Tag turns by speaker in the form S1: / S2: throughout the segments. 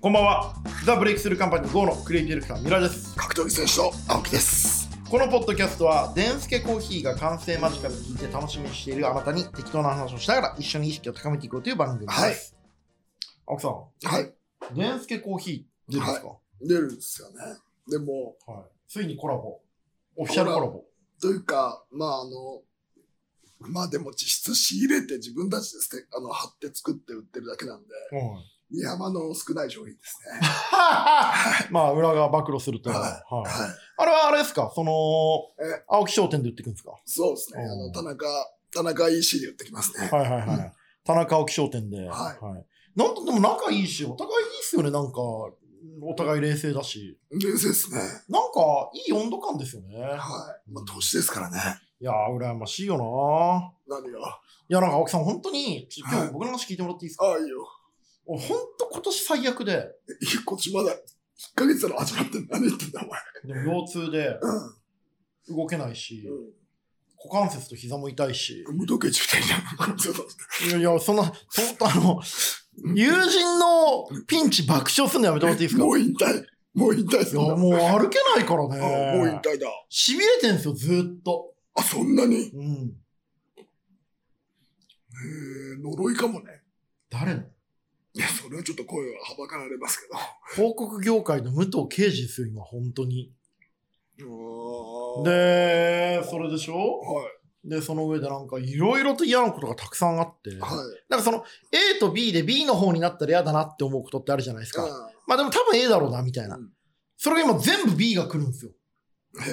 S1: こんばんは。ザ・ブレイクスルーカンパニー GO のクリエイティブディレクター、ミラです。
S2: 格闘技選手の青木です。
S1: このポッドキャストは、デンスケコーヒーが完成間近で聞いて楽しみにしているあなたに適当な話をしながら一緒に意識を高めていこうという番組です。
S2: はい
S1: 青木さ
S2: はい。
S1: ん、デンスケコーヒー出るんですか、は
S2: 出るんですよね。でも、
S1: いついにコラボ。オフィシャルコラボ。
S2: というか、まああの、まあでも実質仕入れて自分たちでステあの貼って作って売ってるだけなんで、
S1: はい
S2: 山の少ない商品です
S1: まあ、裏側暴露するというのは、
S2: ね。
S1: はい
S2: はい。
S1: あれはあれですかその
S2: え、
S1: 青木商店で売っていくんですか
S2: そうですね。あ
S1: う
S2: の、
S1: ん
S2: 田中、田中 EC で売ってきますね。
S1: はいはいはい。
S2: うん
S1: 田中青木商店で。
S2: い
S1: いなんとでも仲いいし、お互いいいっすよね、なんか。お互い冷静だし。
S2: 冷静ですね。
S1: なんか、いい温度感ですよね。
S2: はい。まあ年ですからね。
S1: いやー、羨ましいよな
S2: 何よ。あ
S1: いや、なんか青木さん、本当に、ちょっと今
S2: は
S1: 日
S2: い
S1: 僕の話聞いてもらっていいですか、
S2: あ、いいよ。
S1: 俺本当今年最悪で、
S2: いやこっちまだ1ヶ月の始まって何言ってんだお前。
S1: でも腰痛で動けないし、股関節と膝も痛いし。
S2: うん。無時計中退じ ゃん。ちょっと
S1: いやいや、そんな、そんあの、友人のピンチ爆笑するのやめてもらっていいですか
S2: もう引退。もう引退す
S1: い
S2: る
S1: や、
S2: んだ。
S1: もう歩けないから
S2: あ もう引
S1: ね。
S2: 退だ。
S1: 痺れてんすよ、ずーっと。
S2: あ、そんなにへえ
S1: うん。
S2: 呪いかもね。
S1: 誰の
S2: いや、それはちょっと声ははばかられますけど。
S1: 広告業界の武藤敬司ですよ、今、本当に。
S2: で、はい。
S1: で、それでしょで、その上でなんか、いろいろと嫌なことがたくさんあって、
S2: はい。
S1: なんかその、A と B で B の方になったら嫌だなって思うことってあるじゃないですか。
S2: あ
S1: まあでも多分 A だろうな、みたいな
S2: うん。
S1: それが今全部 B が来るんですよ。
S2: ーへ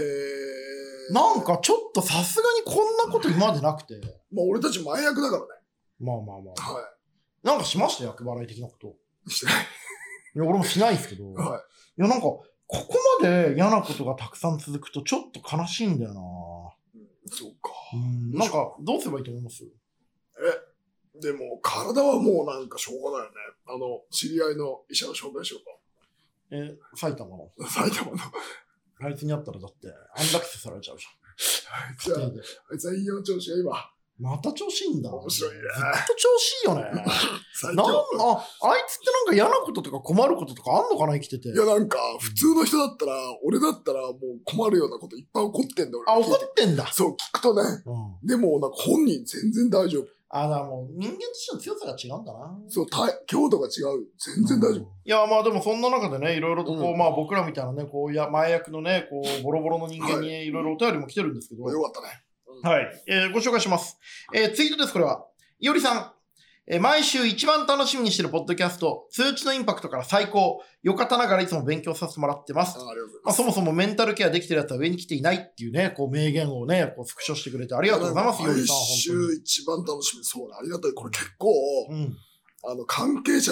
S2: え。
S1: なんかちょっとさすがにこんなこと今までなくて。
S2: まあ、俺たち前役だからね。
S1: まあまあまあ。
S2: は
S1: なんかしました役払い的なこと。
S2: い。してない。
S1: いや、俺もしないんですけど。
S2: はい。
S1: や、なんか、ここまで嫌なことがたくさん続くと、ちょっと悲しいんだよない
S2: うんそうか。
S1: うん。なんか、どうすればいいと思います
S2: でも、体はもうなんかしょうがないよね。あの、知り合いの医者の紹介しよう
S1: え、埼玉の。
S2: か。埼玉の。
S1: あいつに会ったら、だって、アンダクセされちゃうじ
S2: じゃ
S1: ゃん。
S2: あ、あいつは医療調子が今、
S1: また調子いいんだ。
S2: 面白いね
S1: ずっと調子いい よね。
S2: 最
S1: なん
S2: 強。
S1: あ、あいつってなんか嫌なこととか困ることとかあんのかな生きてて
S2: い。や、なんか、普通の人だったら、俺だったらもう困るようなこといっぱい起こってんだ、俺。
S1: あ、怒
S2: 聞いて
S1: ってんだ。
S2: そう、聞くとね。
S1: うん。
S2: でも、なんか本人全然大丈夫。
S1: あ、だからもう人間としての強さが違うんだな。
S2: そう、た強度が違う。全然大丈夫。
S1: いや、まあでもそんな中でね、いろいろとこう、
S2: うん
S1: まあ僕らみたいなね、こう、いや、前役のね、こう、ボロボロの人間にいろいろお便りも来てるんですけど、はい。
S2: よかったね。
S1: えーご紹介します。えーツイートです、これは。いおりさん。えー毎週一番楽しみにしてるポッドキャスト、通知のインパクトから最高。よかったながらいつも勉強させてもらってます
S2: あ。ありがとうご
S1: まあ、
S2: ざいます。
S1: そもそもメンタルケアできてるやつは上に来ていないっていうね、こう名言をね、こうスクショしてくれてありがとうございます、いおり
S2: 毎
S1: さん、
S2: 週一番楽しみ。そうね、ありがたい。これ結構、
S1: 本当に。うん。
S2: あの、関係者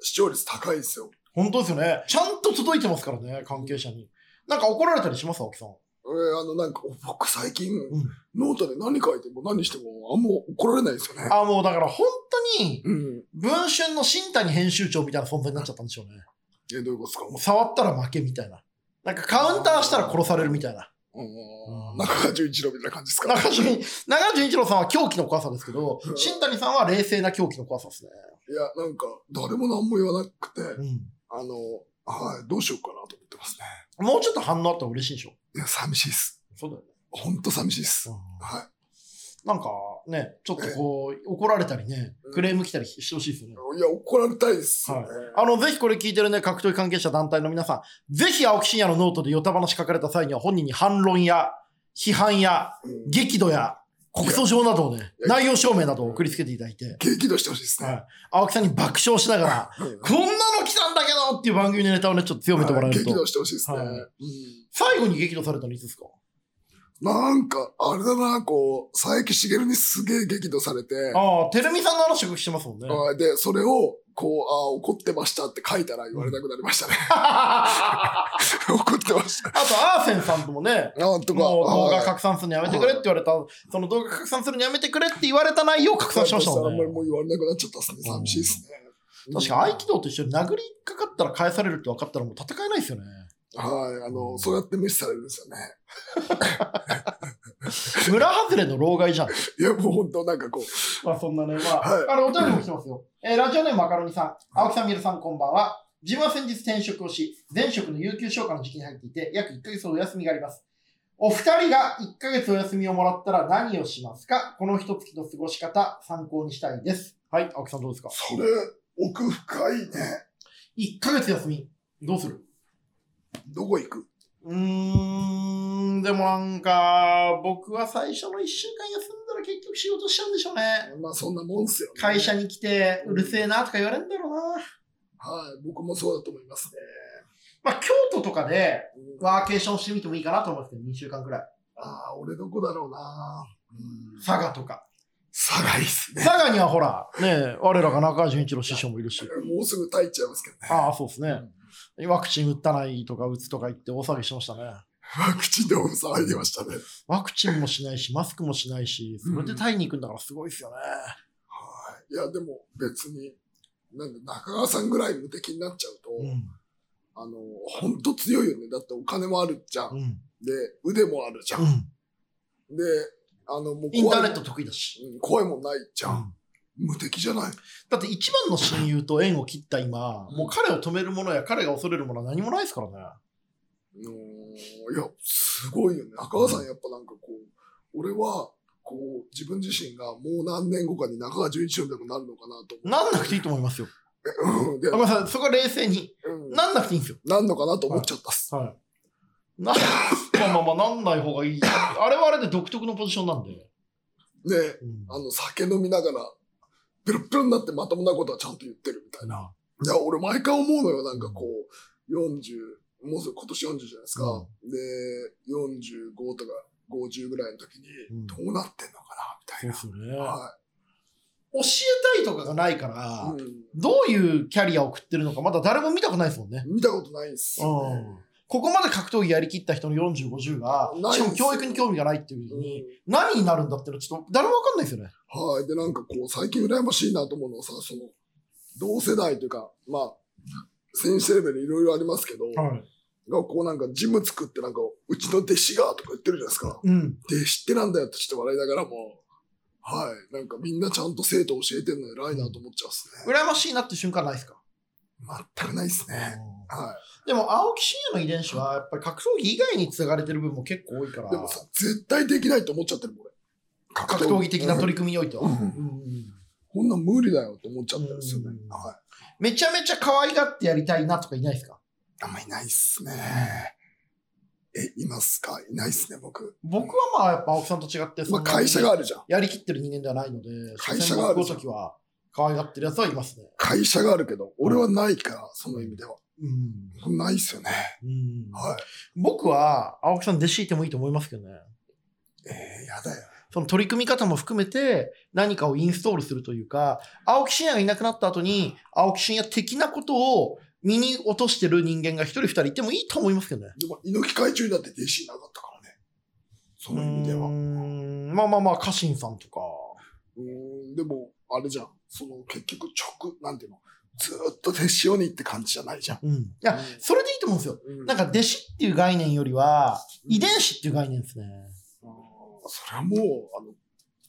S2: 視聴率高いですよ。
S1: 本当ですよね。ちゃんと届いてますからね、関係者に。なんか怒られたりします、青木さん。
S2: 俺、あの、なんか、僕最近、
S1: ん
S2: ノートで何書いても何しても、あんま怒られないですよね。
S1: あ、もうだから本当に、
S2: うん。
S1: 文春の新谷編集長みたいな存在になっちゃったんでしょうね。
S2: え、どういうことですか
S1: もう触ったら負けみたいな。なんかカウンターしたら殺されるみたいな。
S2: うん中川純一郎みたいな感じですか
S1: 中島、中島一郎さんは狂気の怖さですけど
S2: う、ん
S1: 新谷さんは冷静な狂気の怖さですね。
S2: いや、なんか、誰も何も言わなくて、
S1: う
S2: あの、はい、どうしようかなと思ってますね。
S1: ん。もうちょっと反応あったら嬉しいでしょ。
S2: いや、寂しいです。
S1: そうだよね。
S2: ほんと寂しいです。はい。
S1: なんかね、ちょっとこう、怒られたりね、クレーム来たりしてほしいですよね。
S2: いや、怒られたいですよね。
S1: あの、ぜひこれ聞いてるね、格闘技関係者団体の皆さん、ぜひ青木真也のノートでヨタ話書かれた際には本人に反論や、批判や、
S2: うん
S1: 激怒や告訴状などをね、
S2: いや
S1: 内容証明などを送りつけていただいて、
S2: 激怒してほしいです
S1: は
S2: ね。
S1: い、青木さんに爆笑しなが ら、
S2: うん
S1: こんなの来たんだけどっていう番組のネタをね、ちょっと強めてもらえる
S2: 激
S1: と
S2: 怒。してほしいですね。
S1: はい
S2: うん
S1: 最後に激怒されたのいつですか
S2: なんか、あれだな、こう、佐伯茂にすげえ激怒されて、
S1: ああ、てるみさんの話をしてますもんね。
S2: はいで、それを、こう、あ怒ってましたって書いたら言われなくなりましたね。
S1: あ
S2: 怒ってました。
S1: と、アーセンさんともね、
S2: なんとか。
S1: もう動画
S2: はい
S1: 拡散するのやめてくれって言われた、その動画拡散するのやめてくれって言われた内容を拡散しましたもん
S2: あんまりもう
S1: ね。
S2: 言われなくなっちゃったですね。寂しいですね。
S1: 確か合気道と一緒に殴りかかったら返されるって分かったらもう戦えないですよね。
S2: はい、あの、そうやって無視されるんですよね。
S1: 村外れの老害じゃん。
S2: いや、もう本当なんかこう、
S1: まあそんなね、まあ、
S2: はい
S1: あの、お便りも来てますよ。えーラジオネームマカロニさん、青木さん、みるさん、こんばんは。自分は先日転職をし、前職の有給消化の時期に入っていて、約1ヶ月のお休みがあります。お二人が1ヶ月お休みをもらったら何をしますかこの一月の過ごし方、参考にしたいです。はい、青木さんどうですか
S2: それ、奥深いね。
S1: ?1 ヶ月休み、どうする
S2: どこ行く
S1: うーん、でもなんか、僕は最初の1週間休んだら結局仕事しちゃうんでしょうね。
S2: まあそんなもんっすよ、ね。
S1: 会社に来て、うるせえなとか言われるんだろうな。
S2: はい、僕もそうだと思いますね。
S1: まあ、京都とかで、
S2: うん
S1: ワーケーションしてみてもいいかなと思うんですけど、2週間くらい。
S2: ああ、俺どこだろうな。うん
S1: 佐賀とか。
S2: 佐賀いいっすね。
S1: 佐賀にはほら、ねえ、我らが中川純一郎師匠もいるし。
S2: もうすぐ耐えちゃいますけどね。
S1: ああ、そうですね。ワクチン打ったないとか打つとか言って大騒ぎしてましたね。
S2: ワクチンでも騒いでましたね。
S1: ワクチンもしないし、マスクもしないし、それでタイに行くんだからすごいですよね。
S2: はい。いや、でも別に、なんで中川さんぐらい無敵になっちゃうと、
S1: う
S2: あの、ほんと強いよね。だってお金もあるじゃん。
S1: ん。うん。
S2: で、腕もあるじゃん。
S1: う
S2: で、
S1: ん。
S2: あの、もう怖い
S1: インターネット得意だし。
S2: うん怖いもんないじゃん。
S1: だ
S2: 無敵じゃない。
S1: って一番の親友と縁を切った今、もう彼を止めるものや彼が恐れるものは何もないですからね。
S2: のいや、すごいよね。中川さんやっぱなんかこう、俺は、こう、自分自身がもう何年後かに中川純一郎みたいになるのかなと
S1: なんなくていいと思いますよ。
S2: 思って、
S1: あごめんなさい、そこは冷静に。
S2: うんで、
S1: なんなくていいんですよ。
S2: なんのかなと思っちゃったっす。
S1: はい。な、 まあまあまあ、なんない方がいい。あれはあれで独特のポジションなんで。
S2: ねあの、酒飲みながら、ペロッペロになってまともなことはちゃんと言ってるみたいな。
S1: ない
S2: や、俺毎回思うのよ。なんかこう、40、もうすぐ今年40じゃないですか。で、45とか50ぐらいの時に
S1: うん、
S2: どうなってんのかなみたい
S1: そう
S2: な
S1: で。すよね。
S2: は
S1: 教えたいとかがないから、
S2: い。うん
S1: どういうキャリアを送ってるのか、まだ誰も見たくないですもんね。
S2: 見たことないっす
S1: うん
S2: よね。
S1: ここまで格闘技やりきった人の40、50が、
S2: ない
S1: しかも教育に興味がないっていう時に、何になるんだっていうのはちょっと誰もわかんないですよね。
S2: はい。で、なんかこう、最近羨ましいなと思うのはさ、その、同世代というか、まあ、選手レベルいろいろありますけど、
S1: はい。
S2: がこうなんかジム作ってなんか、うちの弟子がとか言ってるじゃないですか。
S1: うん。
S2: 弟子ってなんだよってちょっと笑いながらも、はい。なんかみんなちゃんと生徒教えてるの偉いなと思っちゃうっすね。
S1: 羨ましいなって瞬間ないですか、
S2: 全くないっすね。は
S1: でも、青木真也の遺伝子は、やっぱり格闘技以外に継がれてる部分も結構多いから
S2: い。で、もさ、絶対できないと思っちゃってるもん、俺。
S1: 格闘技的な取り組みにおいては。
S2: うんうんこんなん無理だよって思っちゃってるんですよ
S1: う
S2: ね
S1: ん。
S2: はい。
S1: めちゃめちゃ可愛がってやりたいなとかいないですか
S2: あんまいないっすね。え、いますかいないっすね、僕。
S1: 僕はまあやっぱ青木さんと違ってそ
S2: ま
S1: ん
S2: あ
S1: な
S2: 会社があるじゃん。
S1: やりきってる人間ではないので、
S2: 会社がある
S1: 所詮僕ごときは可愛がってるやつはいますね。
S2: 会社があるけど、俺はないから、その意味では。
S1: うん。
S2: ないっすよね。
S1: うん
S2: は
S1: 僕は青木さん弟子いてもいいと思いますけどね。
S2: い。えー、やだよ。
S1: その取り組み方も含めて何かをインストールするというか、青木真也がいなくなった後に青木真也的なことを身に落としてる人間が一人二人いてもいいと思いますけどね。
S2: でも、猪木会長になって弟子いなかったからね。その意味では。
S1: うー
S2: うん
S1: まあまあまあ、家臣さんとか。
S2: ーん、でも、あれじゃん。その、結局、直、なんていうの、ずーっと弟子をにって感じじゃないじゃん。
S1: うん。いや、それでいいと思うんですよ。
S2: うん
S1: なんか、弟子っていう概念よりは、
S2: うん
S1: 遺伝子っていう概念ですね。
S2: あーそれはもう、あの、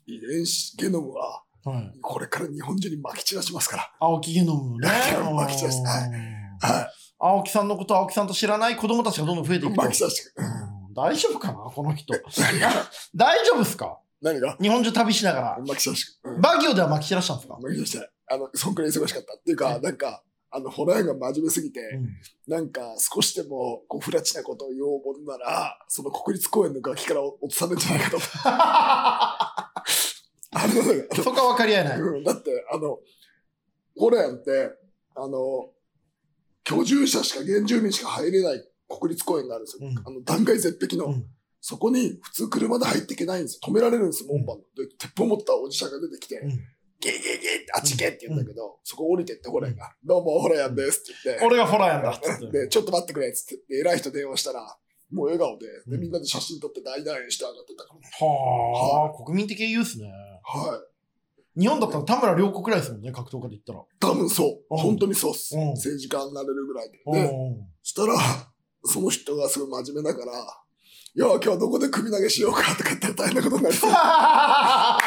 S2: 遺伝子ゲノムは、
S1: はい。
S2: これから日本中に撒き散らしますから。
S1: 青木ゲノムを ね。
S2: マキちゃんですはいはい。
S1: 青木さんのこと青木さんと知らない子供たちがどんどん増えていくと。
S2: 撒き散らして。うん
S1: うん大丈夫かなこの 人。
S2: 何が
S1: 大丈夫っすか
S2: 何が
S1: 日本中旅しながら。
S2: 巻き散らしく。
S1: バギオでは巻き散らしたんですか、
S2: 巻き散らして。あの、そんくらい忙しかった。っていうか、なんか、あの、ホラーが真面目すぎて、 なんか少しでもこうフラチなことを言おうものなら、その国立公園の楽器から落とされるんじゃないかと。あれなんだか
S1: そこは分かり合えな
S2: ら
S1: い。
S2: うんだって、あの、ホラーって、あの、居住者しか原住民しか入れない国立公園があるんですよ。
S1: うん
S2: あの、断崖絶壁の。
S1: うん
S2: そこに普通車で入っていけないんですよ。止められるんですよ、門番の。で、鉄砲持ったおじさんが出てきて、
S1: うん
S2: ゲーゲーゲーってあっち行けって言うんだけど、そこ降りてってホラーが、どうもホラーやんですって言って。
S1: 俺がホラーやんだっつって。
S2: で、ちょっと待ってくれっつって、で偉い人電話したら、もう笑顔で、
S1: う
S2: で、
S1: ん
S2: みんなで写真撮って大団円して上がってたからね。
S1: はあ、国民的英雄ですね。
S2: はい。
S1: 日本だったら田村良子くらいですもんね、格闘家で言ったら。
S2: 多分そう。
S1: うん
S2: 本当にそうっす。
S1: うん
S2: 政治家になれるぐらいで。で、
S1: うんうん
S2: したら、その人がすごい真面目だから、いや、今日はどこで首投げしようかとか言ったら大変なことになりそう。
S1: 原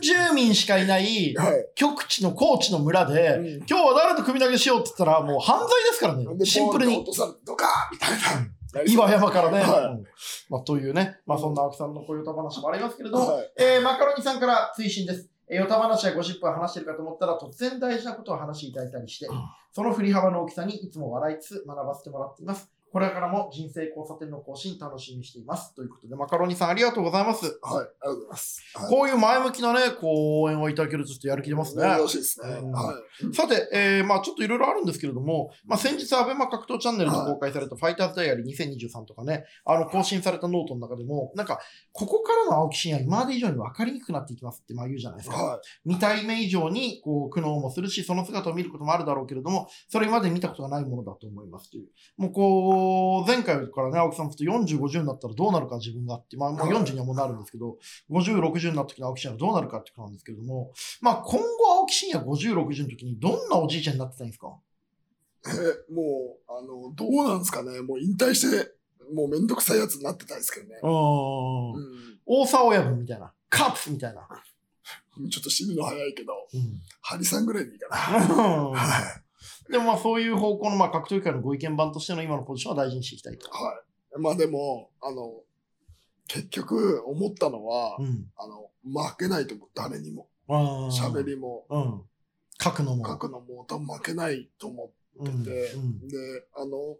S1: 住民しかいない
S2: はい。
S1: 極地の高知の村で、
S2: う
S1: 今日は誰と組み投げしようって言ったら、もう犯罪ですから
S2: んで
S1: ね。シンプル
S2: ポン
S1: に
S2: と。落とさんとか、みたいな。
S1: 岩山からね。
S2: はい
S1: うんまあ、というね。まあ、そんな青木さんのこういう歌話もありますけれども、
S2: はい。
S1: えー、マカロニさんから追伸です。えー、ヨタ話や50分話してるかと思ったら、突然大事なことを話していただいたりして
S2: うん、
S1: その振り幅の大きさにいつも笑いつつ学ばせてもらっています。これからも人生交差点の更新楽しみにしています。ということで、マカロニさんありがとうございます。
S2: はい。ありがとうございます。はい
S1: こういう前向きなね、こう応援をいただけるとちょっとやる気出ますね。
S2: よろしいですね。
S1: うん
S2: は
S1: さて、えーまあちょっといろいろあるんですけれども、まあ先日、アベマ格闘チャンネルで公開されたファイターズダイアリー2023とかね、あの、更新されたノートの中でも、なんか、ここからの青木真也、今まで以上に分かりにくくなっていきますって、まあ言うじゃないです
S2: い。
S1: か。
S2: は
S1: 見た目以上にこう苦悩もするし、その姿を見ることもあるだろうけれども、それまで見たことがないものだと思いますという。もうこう、前回からね、青木さんと40、50になったらどうなるか自分がって、まあもう40にはもうなるんですけど、50、60になった時の青木真也はどうなるかってことなんですけれども、まあ今後青木真也50、60の時にどんなおじいちゃんになってたいんですか
S2: い。え、もう、あの、どうなんですかね。もう引退して、もうめんどくさいやつになってたんですけどね。
S1: うん。
S2: う
S1: 大沢親分みたいな。カプスみたいな。
S2: ん。ちょっと死ぬの早いけど、
S1: うん
S2: ハリさんぐらいでいいかな。はい。
S1: でもまあそういう方向のまあ格闘技界のご意見番としての今のポジションは大事にしていきたいと。
S2: はい。まあでも、あの、結局思ったのは、
S1: うん。
S2: あの、負けないと思う。誰にも。
S1: あー
S2: 喋りも、
S1: うん。書くのも。
S2: 書くのも、多分負けないと思
S1: うん
S2: ってて、
S1: うん
S2: で、あの、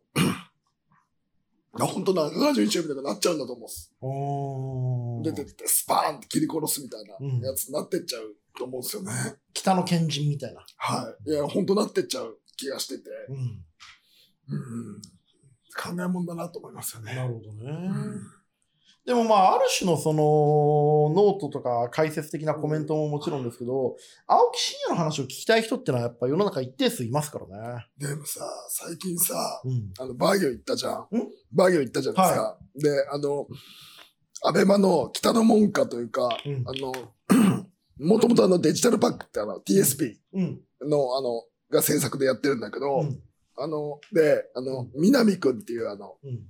S2: 本当中川純一郎みたいになっちゃうんだと思うんです。
S1: おー
S2: 出てって、スパーンって切り殺すみたい
S1: うん
S2: なやつになってっちゃうと思うんですよね。
S1: 北の賢人みたいな。
S2: はい。いや、本当なってっちゃう気がしてて、
S1: うん。
S2: うん。考えもんだなと思いますよね。
S1: なるほどね
S2: う。ん
S1: でもまあ、ある種のその、ノートとか解説的なコメントももちろんですけど、青木真也の話を聞きたい人ってのはやっぱ世の中一定数いますからね。
S2: でもさ、最近さ、
S1: うん。
S2: あの、バーギョ行ったじゃん
S1: ん。
S2: バーギョ行ったじゃないですか。で、あの、アベマの北の門下というか、
S1: うん
S2: あの、 もともとあのデジタルパックってあの TSP
S1: うん。
S2: のあの、が制作でやってるんだけど、
S1: うん。
S2: あの、で、あの、南くんっていうあの、
S1: うん。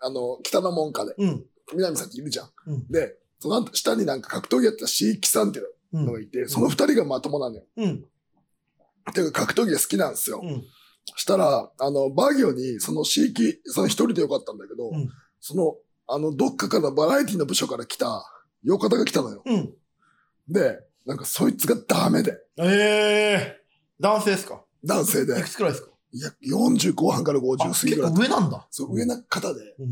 S2: あの、北の門下で、
S1: うん。
S2: 南さんっているじゃん。
S1: うん
S2: で、その後下になんか格闘技やってた椎木さんっていう
S1: うん。
S2: のがいて、その二人がまともなのよ。
S1: うん。
S2: ていうか格闘技が好きなんですよ。
S1: うん。
S2: したら、あの、バーギョに、その、地域、その一人でよかったんだけど、
S1: うん
S2: その、あの、どっかからバラエティの部署から来た、洋方が来たのよ。
S1: うん。
S2: で、なんかそいつがダメで、
S1: ええー。男性ですか
S2: 男性
S1: い
S2: で
S1: く、つくらいですか
S2: いや、40後半から
S1: あ、
S2: 50過ぎ
S1: 結
S2: ぐらい
S1: 構。上なんだ。
S2: そう、上な方で、
S1: う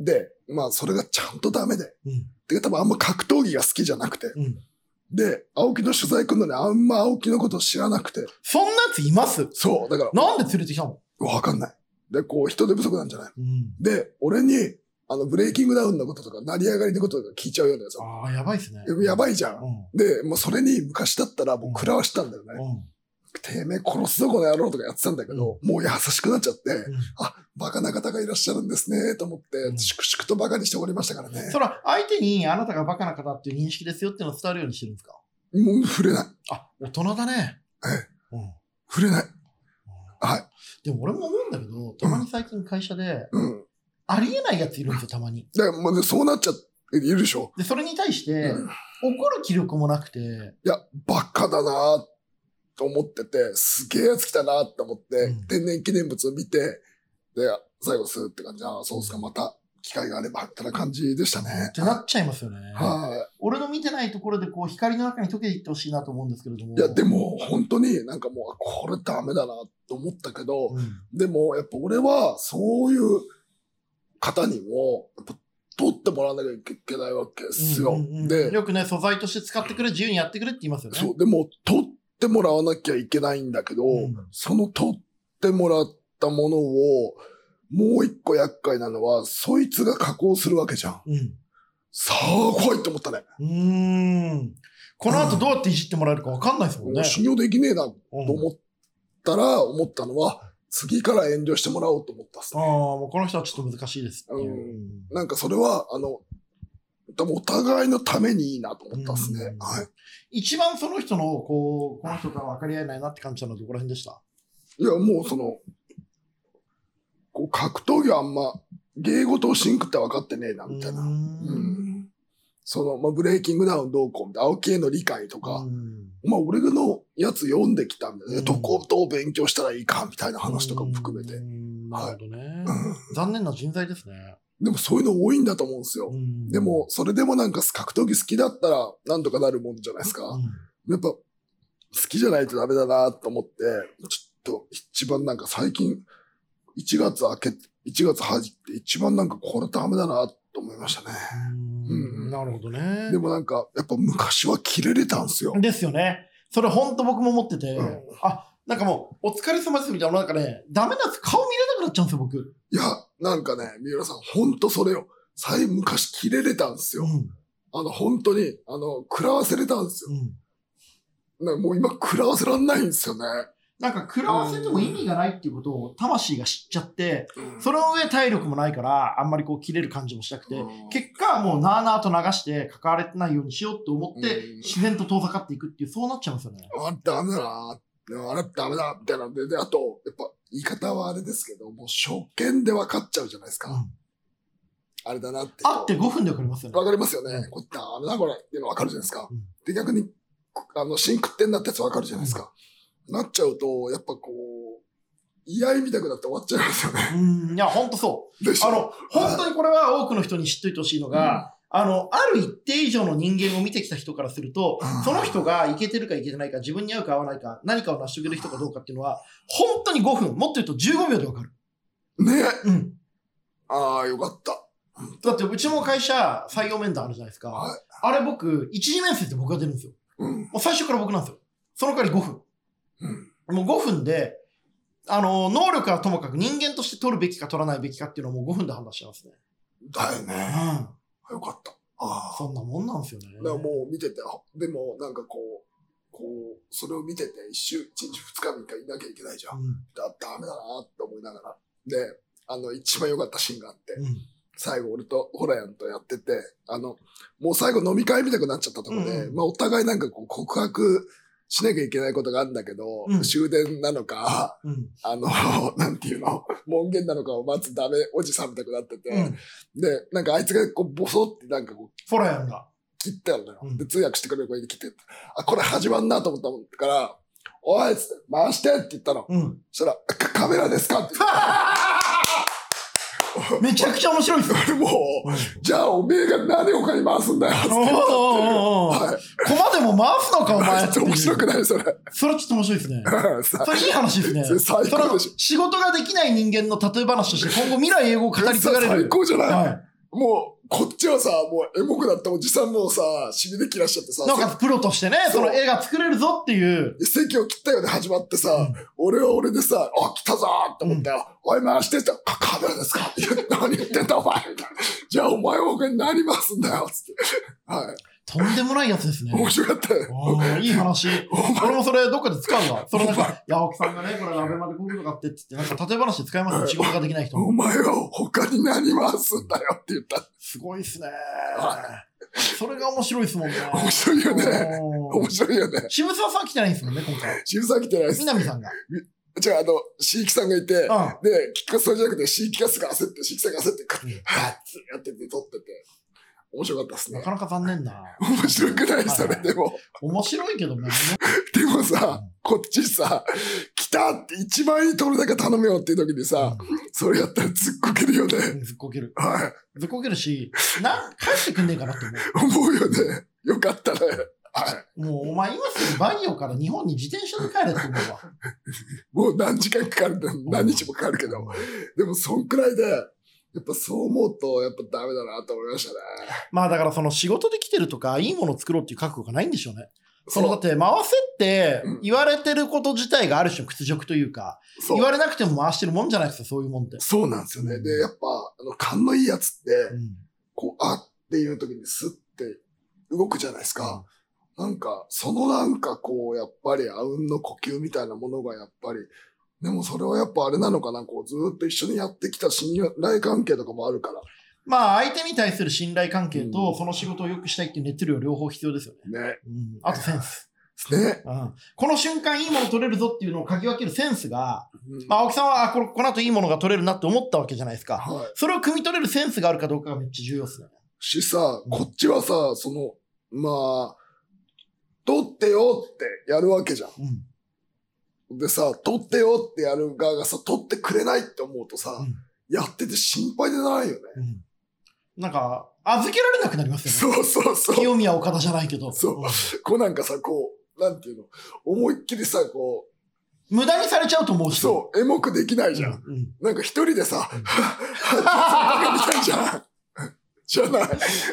S1: ん
S2: で、まあ、それがちゃんとダメで。
S1: うん。
S2: で、多分あんま格闘技が好きじゃなくて。
S1: うん。
S2: で、青木の取材来るのにあんま青木のこと知らなくて。
S1: そんなやついます
S2: そう、だか
S1: なんで連れてきたの
S2: ら、わかんない。で、こう、人手不足なんじゃない
S1: うん。
S2: で、俺に、あの、ブレイキングダウンのこととか、成り上がりのこととか聞いちゃうようなやつ。
S1: ああ、やばいですね。
S2: やばいじゃん。
S1: う
S2: で、もうそれに昔だったらもう食らわしたんだよね。
S1: ん。うん。
S2: てめえ殺すぞこの野郎とかやってたんだけど、もう優しくなっちゃって、あ、バカな方がいらっしゃるんですね、と思って、
S1: うん
S2: 粛々とバカにしておりましたからね。
S1: それは相手にあなたがバカな方っていう認識ですよっていうのを伝えるようにしてるんですか
S2: もう触れない。
S1: あ、大人だね。
S2: え
S1: うん。
S2: 触れない。はい。
S1: でも俺も思うんだけど、たまに最近会社で、
S2: うん。
S1: ありえないやついるんですよ、たまに。
S2: だからもうねそうなっちゃっているでしょ。
S1: で、それに対して、
S2: うん
S1: 怒る気力もなくて、
S2: いや、バカだなと思ってて、すげえやつ来たなと思って、
S1: うん
S2: 天然記念物を見て、で、最後スーって感じで、あそうですか、また機会があれば、ってな感じでしたね
S1: っ。てなっちゃいますよね。
S2: は
S1: 俺の見てないところで、こう、光の中に溶けていってほしいなと思うんですけれども。
S2: い。いや、でも、本当になんかもう、あこれダメだなと思ったけど、
S1: うん、
S2: でも、やっぱ俺は、そういう方にも、やっぱ取ってもらわなきゃいけないわけですよ。
S1: うんうんうん
S2: で、
S1: よくね、素材として使ってくれ、自由にやってくれって言いますよね。
S2: そう、でも、取ってもらわなきゃいけないんだけど、
S1: うん
S2: その取ってもらったものを、もう一個厄介なのは、そいつが加工するわけじゃん。
S1: うん。
S2: さあ、怖いって思ったね。
S1: うーん。この後どうやっていじってもらえるかわかんないですもん
S2: も
S1: ね
S2: う。信用できねえなと
S1: うん
S2: 思ったら、思ったのは、次から遠慮してもらおうと思ったっす
S1: ああ、
S2: ね。
S1: もうこの人はちょっと難しいですっていう。
S2: なんかそれは、あの、多分お互いのためにいいなと思ったっすね。
S1: うん
S2: はい。
S1: 一番その人の、こう、この人とは分かり合えないなって感じたのはどこら辺でした
S2: いや、もうその、こう格闘技はあんま、芸事をしんくって分かってねえな、みたいな。
S1: うーん
S2: うんその、まあ、ブレイキングダウンどうこうみたいな、青木への理解とか、まあ、俺のやつ読んできたんだよね。
S1: うん
S2: どこと勉強したらいいか、みたいな話とかも含めて。
S1: うん
S2: はい
S1: なるほどね。残念な人材ですね。
S2: でもそういうの多いんだと思うんですよ。
S1: うん
S2: でも、、それでもなんか格闘技好きだったら、なんとかなるもんじゃないです
S1: う
S2: か。
S1: ん
S2: やっぱ、好きじゃないとダメだなと思って、ちょっと一番なんか最近、1月明け、1月入って一番なんかこれダメだなと思いましたね。
S1: うんなるほどね。
S2: でもなんか、やっぱ昔はキレれたんですよ。
S1: ですよね。それ本当僕も思ってて、
S2: うん
S1: あ、なんかもう、お疲れ様ですみたいな、なんかね、ダメなやつ顔見れなくなっちゃうんですよ、僕。
S2: いや、なんかね、三浦さん、ほんとそれよ。最昔キレれたんですよ。あの、本当に、あの、食らわせれたんですよ。
S1: うんうん
S2: なんかもう今食らわせらんないんですよね。
S1: なんか、食らわせても意味がないっていうことを魂が知っちゃって、
S2: うん
S1: その上体力もないから、あんまりこう切れる感じもしたくて
S2: うん、
S1: 結果、もうなあなあと流して、関われてないようにしようと思って
S2: うん、
S1: 自然と遠ざかっていくっていう、そうなっちゃうんですよね。
S2: あ、ダメだな。あれダメだ、みたいなんで、で、あと、やっぱ、言い方はあれですけど、もう初見で分かっちゃうじゃないですか。
S1: うん
S2: あれだなって。
S1: あって5分でわかりますよね
S2: 分。かりますよね。これダメだ、これ。っていうの分かるじゃないですか。
S1: うん
S2: で、逆に、あの、新食ってんなってやつ分かるじゃないですか。なっちゃうと、やっぱこう、居合みたくなって終わっちゃいますよ ね。
S1: うん、いや、ほんとそう。
S2: でしょ
S1: あの、本当にこれは多くの人に知っといてほしいのが、あの、ある一定以上の人間を見てきた人からすると
S2: うん、
S1: その人がいけてるかいけてないか、自分に合うか合わないか、何かを成し遂げる人かどうかっていうのは、本当に5分、もっと言うと15秒でわかる。
S2: うんね
S1: うん。
S2: ああ、よかった。
S1: だって、うちの会社、採用面談あるじゃないですか。
S2: はい
S1: あれ僕、一次面接で僕が出るんですよ。
S2: うん。
S1: もう最初から僕なんですよ。その代わり5分。
S2: うん。
S1: もう5分で、あの、能力はともかく人間として取るべきか取らないべきかっていうのはもう5分で判断しちゃいますね。
S2: だよね。
S1: うん。
S2: よかった。ああ。
S1: そんなもんなんですよね。
S2: だからもう見てて、あでもなんかこう、こう、それを見てて、一週、一日二日三日いなきゃいけないじゃん。
S1: うん。
S2: だ、ダメだなって思いながら。で、あの、一番良かったシーンがあって、
S1: うん。
S2: 最後俺とホラヤンとやってて、あの、もう最後飲み会みたくなっちゃったところで、
S1: うんうん
S2: まあお互いなんかこう告白しなきゃいけないことがあるんだけど、
S1: うん
S2: 終電なのか、
S1: うん。
S2: あの、なんていうの、門限なのかを待つダメおじさんみたくなってて、
S1: うん。
S2: で、なんかあいつがこうボソってなんかこう
S1: フォラヤンが。
S2: 切ったんだよ。
S1: うん
S2: で、通訳してくれる子に来て、あ、これ始まんなと思ったもんだから、おいっつって、回してって言ったの。
S1: うん。
S2: そしたら、カカメラですか って言っ
S1: めちゃくちゃ面白いですよ。
S2: て、俺もう、じゃあおめえが何を他に回すんだよっつって。
S1: おーおーおーおー
S2: はい。
S1: コマでも回すのか、お前
S2: ちょっと 面白くないそれ。
S1: それちょっと面白いですね。
S2: さ
S1: それいい話ですね。
S2: それ 最
S1: それあ
S2: 高
S1: の
S2: でしょ。
S1: 仕事ができない人間の例え話として今後未来英語を語り継がれ
S2: 最
S1: る。
S2: 高じゃない、
S1: は
S2: もう、こっちはさ、もうエモくなったおじさんもさ、しびれ切らしちゃってさ
S1: い。、なおかつプロとしてね、そ
S2: そう
S1: の映画作れるぞっていう。
S2: 席を切ったようで始まってさ、
S1: うん
S2: 俺は俺でさ、あ、来たぞーって思ったよ。おい回してって、カカメラですかって言って、何言ってんだお前みたいな。じゃあお前は他に何回すんだよつって。はい。
S1: とんでもないやつですね。
S2: 面白かったよ。
S1: おーいい話。
S2: お前、
S1: 俺もそれどっかで使うわ。それなんか、いや、青木さんがね、これラベマでこういうことがあってって言って、なんか例え話で使いますよ。仕事ができない人。
S2: お前は他に何回すんだよって言った。
S1: すごいっすね
S2: は。
S1: それが面白いっすもんね。
S2: 面白いよね。
S1: おー
S2: 面白いよね。
S1: 渋沢さん来てないんですもんね、今回。
S2: 渋沢来てないです。
S1: 南さんが。
S2: じゃあ、あの、シーキさんがいて、
S1: うん。
S2: で、キッカスさんじゃなくて、シーキカスが焦って、シーキさんが焦って、
S1: うん
S2: はぁってやってて、撮ってて。面白かったです
S1: な
S2: ね
S1: か。なか残念な。
S2: 面白くないそれでも。
S1: 面白いけどね。
S2: でも
S1: う
S2: さ、こっちさ、来たって一番いい取るだけ頼めよっていう時にさ、それやったらずっこけるよね。
S1: ずっこける。
S2: は
S1: ずっこけるし、な、帰ってくんねえかなって思
S2: い。思うよね。よかったね。はい。
S1: う。もう、お前今すぐバイオから日本に自転車で帰れって思うわ。
S2: もう何時間かかるんだ何日もかかるけど。でも、そんくらいで、やっぱそう思うと、やっぱダメだなと思いましたね。
S1: まあだからその仕事できてるとか、いいものを作ろうっていう覚悟がないんでしょうね。そのだっ
S2: う、
S1: て回せって
S2: うん
S1: 言われてること自体がある種屈辱というか、
S2: そ
S1: 言
S2: う。
S1: われなくても回してるもんじゃないですか、そういうもんって。
S2: そうなんですよね。で、やっぱ、あの、勘のいいやつって、
S1: うん
S2: こう、あっていう時にスッて動くじゃないですか。なんか、そのなんかこう、やっぱり、あうんの呼吸みたいなものがやっぱり、でもそれはやっぱあれなのかな、こう、ずーっと一緒にやってきた信頼関係とかもあるから。
S1: まあ相手に対する信頼関係
S2: う
S1: と
S2: ん
S1: その仕事を良くしたいっていう熱量両方必要ですよね。
S2: ね。
S1: うん、あとセンス。
S2: ね。
S1: うんこの瞬間いいもの取れるぞっていうのを嗅ぎ分けるセンスが、
S2: うん
S1: まあ、青木さんはあこれこの後いいものが取れるなって思ったわけじゃないですか。
S2: はい。
S1: それを汲み取れるセンスがあるかどうかがめっちゃ重要ですね。
S2: しさ、こっちはさ、その、まあ、取ってよってやるわけじゃん。
S1: うん。
S2: でさ、取ってよってやる側がさ、取ってくれないって思うとさ、
S1: うん
S2: やってて心配でならないよね。
S1: うん。なんか、預けられなくなりますよね。
S2: そうそうそう。
S1: 清宮岡田じゃないけど。
S2: そうこうなんかさ、こう、なんていうの、思いっきりさ、こ
S1: 無駄にされちゃうと思う
S2: う、
S1: し。
S2: そう、エモくできな
S1: う
S2: いじゃん。
S1: ん。うん
S2: なんか一人でさ、
S1: うん
S2: はっ、はっ、はっ、じゃん。 じゃない。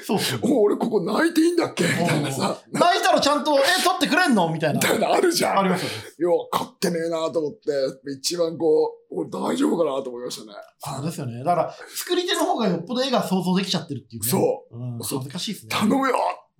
S1: そうそう。
S2: もう俺ここ泣いていいんだっけみたいなさ、
S1: 泣いたらちゃんと、え、取ってくれんのみたいな
S2: み。たいなのあるじゃん。
S1: ありますよね。
S2: よう、買ってねえなと思って、一番こう、俺大丈夫かなと思いましたね。
S1: そうですよね。だから、作り手の方がよっぽど絵が想像できちゃってるっていうね。。
S2: そう
S1: うん、
S2: そう
S1: 恥ずかしいですね。
S2: 頼むよ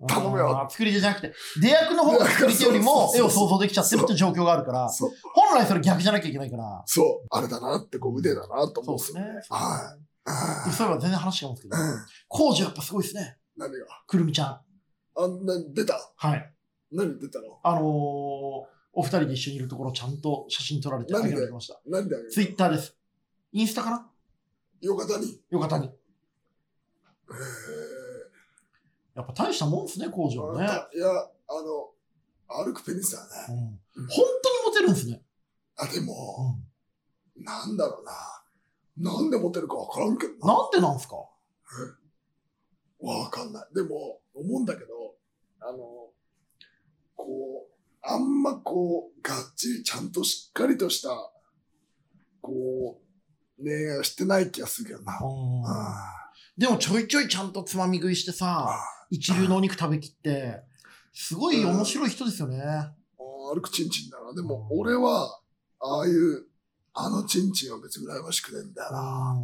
S2: 頼むよ
S1: あー作り手じゃなくて、出役の方が作り手よりも
S2: い
S1: 絵
S2: やそうそうそう
S1: を想像できちゃってるっていう状況があるから、
S2: そう、
S1: 本来それ逆じゃなきゃいけないから。
S2: そう、あれだなって、こう腕だなと
S1: そ
S2: 思
S1: う
S2: うん
S1: で
S2: ですす
S1: ね
S2: よ。。は
S1: で
S2: い。
S1: そういえば全然話違うんですけど
S2: う、ん。
S1: 工事やっぱすごいですね。
S2: 何が
S1: くるみちゃん。
S2: あんなに出た
S1: はい。
S2: 何出たの
S1: あのー、お二人で一緒にいるところちゃんと写真撮られてあ
S2: なんで
S1: げられてました。
S2: 何であげ
S1: ツイッターです。インスタかな
S2: よかたに。
S1: よかったに。
S2: へ
S1: やっぱ大したもんですね、工事
S2: ー
S1: は
S2: あ
S1: ね
S2: な。たいや、あの、歩くペニスだ
S1: うん
S2: ね。
S1: 本当にモテるんですね。
S2: あ、で
S1: う
S2: も、
S1: ん
S2: なんだろうな。なんでモテるかわからんけどな。
S1: なんでなんですか
S2: わかんない。でも、思うんだけど、あの、こう、あんまこう、がっちりちゃんとしっかりとした、こう、恋愛をしてない気がするけどな。
S1: うん
S2: あ
S1: でもちょいちょいちゃんとつまみ食いして
S2: あ
S1: さ、
S2: あ
S1: 一流のお肉食べきって、すごい面白い人ですよね。
S2: 歩くチンチンだな。でも、
S1: うん
S2: 俺は、ああいう、あのチンチンは別に羨ましくねえんだよな。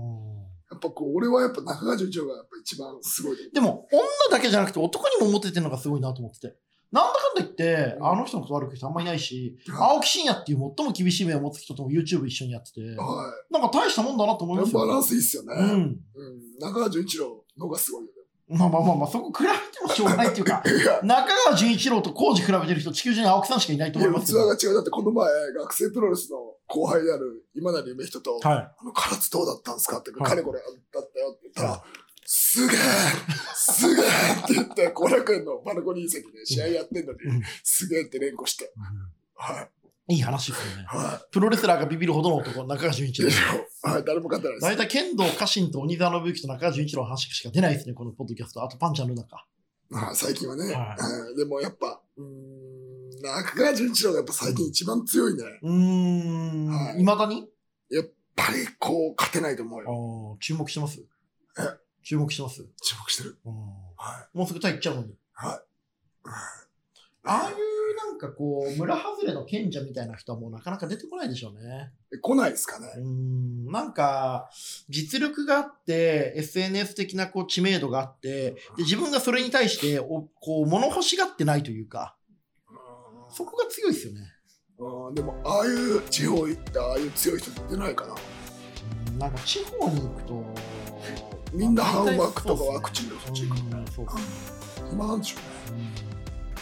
S2: やっぱこう、俺はやっぱ中川純一郎がやっぱ一番すごいと思う。
S1: でも、女だけじゃなくて男にもモテてるのがすごいなと思ってて。なんだかんだ言って、
S2: うん
S1: あの人のこと悪く人あんまいないし、
S2: うん
S1: 青木真也っていう最も厳しい目を持つ人とも YouTube 一緒にやってて、
S2: は
S1: なんか大したもんだなと思いま
S2: い。
S1: す
S2: バラ
S1: よ。
S2: ンスいいっすよね。
S1: う
S2: うん。
S1: ん。
S2: 中川純一郎のがすごいよ
S1: まあまあまあまあ、そこ比べてもしょうがないっていうか、
S2: ね。いや、
S1: 中川純一郎と浩二比べてる人、地球上に青木さんしかいないと
S2: い
S1: 思
S2: や、
S1: い
S2: 器
S1: ますけど。
S2: が違う。だってこの前、学生プロレスの後輩である今成夢人
S1: は
S2: と、
S1: い。
S2: あの、唐津どうだったんですかって、
S1: はい
S2: 彼これだったよって言った
S1: は
S2: ら、すげえすげえって言って、後楽園のバルコニー席で試合やってんのに
S1: うん、
S2: すげえって連呼して。はい。
S1: いい話ですよね。
S2: は
S1: プロレスラーがビビるほどの男、中川純
S2: い。
S1: 一 郎
S2: で。しょ。はい。誰も勝てない
S1: 大
S2: で
S1: 体剣道家臣と鬼沢信之と中川純一郎の話しか出ないですね、このポッドキャスト。あとパンちゃんの中。
S2: す。はい最近はね。
S1: は
S2: うんでもやっぱ、うーん、中川純一郎がやっぱ最近一番強いね。
S1: うーん。
S2: はい
S1: いまだに
S2: やっぱりこう、勝てないと思う
S1: あ
S2: よ。
S1: ー注目してます
S2: え
S1: 注目してます
S2: 注目してる。
S1: うん
S2: はい。
S1: もうすぐタイ行っちゃうのに。ああいうなんかこう、村外れの賢者みたいな人はもうなかなか出てこないでしょうね。
S2: え来ないですかね
S1: う。ーんなんか、実力があって、SNS 的なこう知名度があって、で自分がそれに対しておこう物欲しがってないというか、そこが強いですよね。
S2: うんでもああいう地方行ってああいう強い人って出ないかな
S1: うんなんか地方に行くと、
S2: みんな
S1: まあ
S2: ハンワー
S1: 大体
S2: ク
S1: そう
S2: と
S1: っす
S2: か
S1: ね
S2: ワクチンでそっち行く
S1: うんそうっすね
S2: 暇なんでしょ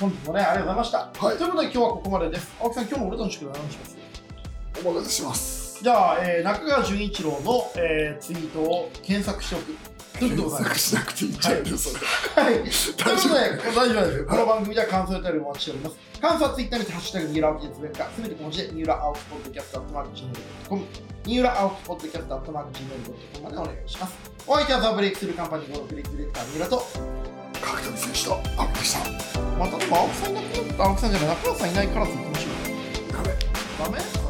S1: うん本日もね、ありがとうございました。
S2: うねはい
S1: ということで今日はここまでです。青木さん、今日の俺たちの宿題何します
S2: お任せします
S1: じゃあ、えー中川純一郎の、えーツイートを検索しておく。ということでございま
S2: 索しなくていいんじゃないですか、
S1: す。はい。
S2: それ
S1: という
S2: 大
S1: こと
S2: 丈
S1: で、
S2: 夫
S1: 大丈夫です。この番組では感想やお便りもお待ちしております。感想はツイッターにて、ハッシュタグ、三浦青木ですべか、すべて小文字で、三浦青木ポッドキャスト、アットマーク、gmail.com、三浦青木ポッドキャスト、アットマーク、gmail.com までお願いします。お相手はザ・ブレイクスルーカンパニーのブレイクディレクター、三浦と、
S2: 角谷選手と青木でした
S1: またでも青木さんいなくなった、青木さんじゃない、中川さんいないからって言ってましょう。
S2: ダメ
S1: ダメ